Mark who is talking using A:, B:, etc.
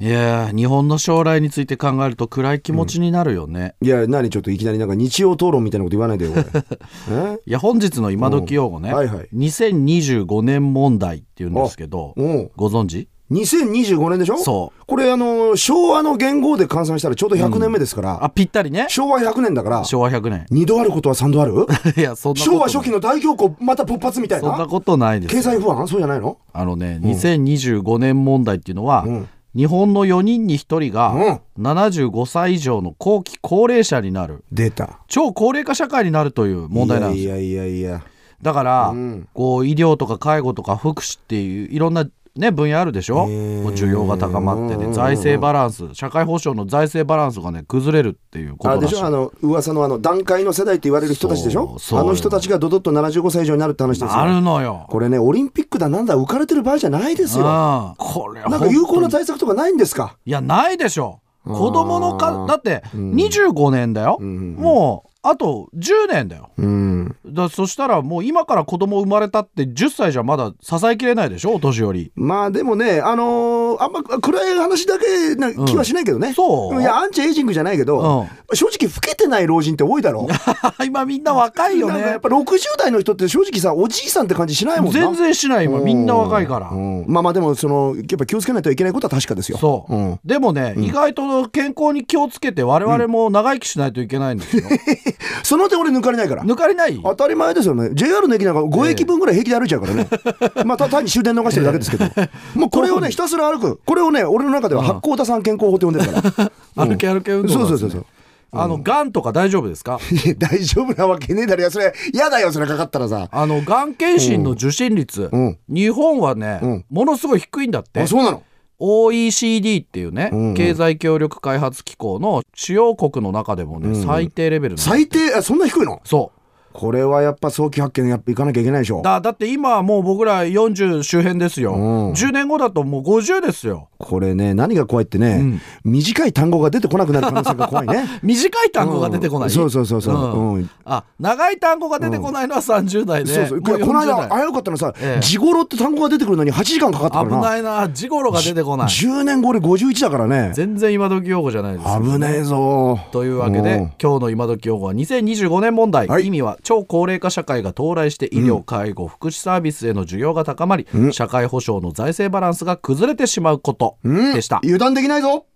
A: いやー日本の将来について考えると暗い気持ちになるよね、
B: いや何ちょっといきなりなんか日曜討論みたいなこと言わない でよ俺え
A: いや本日の今時用語ね、
B: うんはいはい
A: 2025年問題っていうんですけど
B: おう
A: ご存知
B: 2025年でしょ
A: そう
B: これあの昭和の元号で換算したらちょうど100年目ですから、
A: あぴったりね
B: 昭和100年だから
A: 昭和100年
B: 二度あることは三度ある
A: いやそんなこと
B: 昭和初期の大恐慌また勃発みたい
A: そんな
B: な
A: ことないです
B: 経済不安そうじゃないの
A: あのね、2025年問題っていうのは、
B: ん
A: 日本の4人に1人が
B: う
A: 75歳以上の後期高齢者になる
B: 出た
A: 超高齢化社会になるという問題なんです
B: いやいやいやいや
A: だから、
B: ん
A: こう医療とか介護とか福祉っていういろんな、ね、分野あるでしょ、
B: え
A: こう需要が高まって
B: うんうんうんう
A: て
B: ん
A: 財政バランス社会保障の財政バランスがね崩れるっていうこ
B: あ
A: と
B: で
A: だ
B: し
A: し
B: ょあの噂のあの団塊の世代って言われる人たちでし
A: そ
B: ょ
A: うそうよ
B: あの人たちがドドッと75歳以上になるって話です
A: あ
B: よ
A: るのよ
B: これねオリンピックだなんだ浮かれてる場合じゃないですよ
A: あこれ
B: なんか有効
A: 本当
B: な
A: に
B: 対策とかないんですか
A: いやないでしょ
B: ー
A: 子供のかだって
B: ん
A: 25年だよ、
B: うんうんうん
A: もうあと10年だよ
B: うん
A: だそしたらもう今から子供生まれたって10歳じゃまだ支えきれないでしょお年寄 り
B: まあでもね、あのーあんま暗い話だけな気はしないけどね、
A: そう
B: や、アンチエイジングじゃないけど、正直、老けてない老人って多いだろ、
A: 今みんな若いよ
B: なんかや
A: ね
B: っぱ60代の人って、正直さ、おじいさんって感じしないもんな
A: 全然しない今みんな若いから
B: うんまあまあ、でもその、やっぱ気をつけないといけないことは確かですよ。
A: そう、
B: ん
A: でもね、意外と健康に気をつけて我々も長生きしないといけないんですよ、
B: その点、俺、抜かれないから。
A: 抜かりない
B: 当たり前ですよね JR の駅なんか5駅分ぐらい平気で歩いちゃ うからね、まあた単に終電逃してるだけですけど、もうこれをねひたすら歩くこれをね俺の中では八甲田山健康法って呼んでるから
A: 歩け歩け運動なんですね
B: そうそうそうそう
A: あのがんとか大丈夫です か
B: いや大丈夫なわけねえだろいやそれ嫌だよそれかかったらさ
A: あのがん検診の受診率、
B: うん
A: 日本はね、
B: うん
A: ものすごい低いんだって
B: あそうなの
A: OECD っていうね、
B: んうん
A: 経済協力開発機構の主要国の中でもね、最低レベルの
B: 最低あそんな低いの
A: そう
B: これはやっぱ早期発見やっぱいかなきゃいけないでしょ
A: だだって今はもう僕ら40周辺ですよ、
B: うん
A: 10年後だともう50ですよ
B: これね何が怖いってね、短い単語が出てこなくなる可能性が怖い ね
A: 短い単語が出てこない、
B: うんそうそうそうそううん
A: あ長い単語が出てこないのは30代で、
B: そうそういや
A: もう
B: この
A: 40
B: 間
A: 代
B: 危うかったのさ
A: ええ
B: 「地頃」って単語が出てくるのに8時間かかったから
A: 危
B: な
A: ないなジゴロが出てこない
B: 10年後俺51だからね
A: 全然今時用語じゃないです
B: 危ねえぞ
A: というわけで、
B: うん
A: 今日の今時用語は2025年問題、
B: はい
A: 意味は超高齢化社会が到来して医療、介護福祉サービスへの需要が高まり、社会保障の財政バランスが崩れてしまうことでした、
B: 油断できないぞ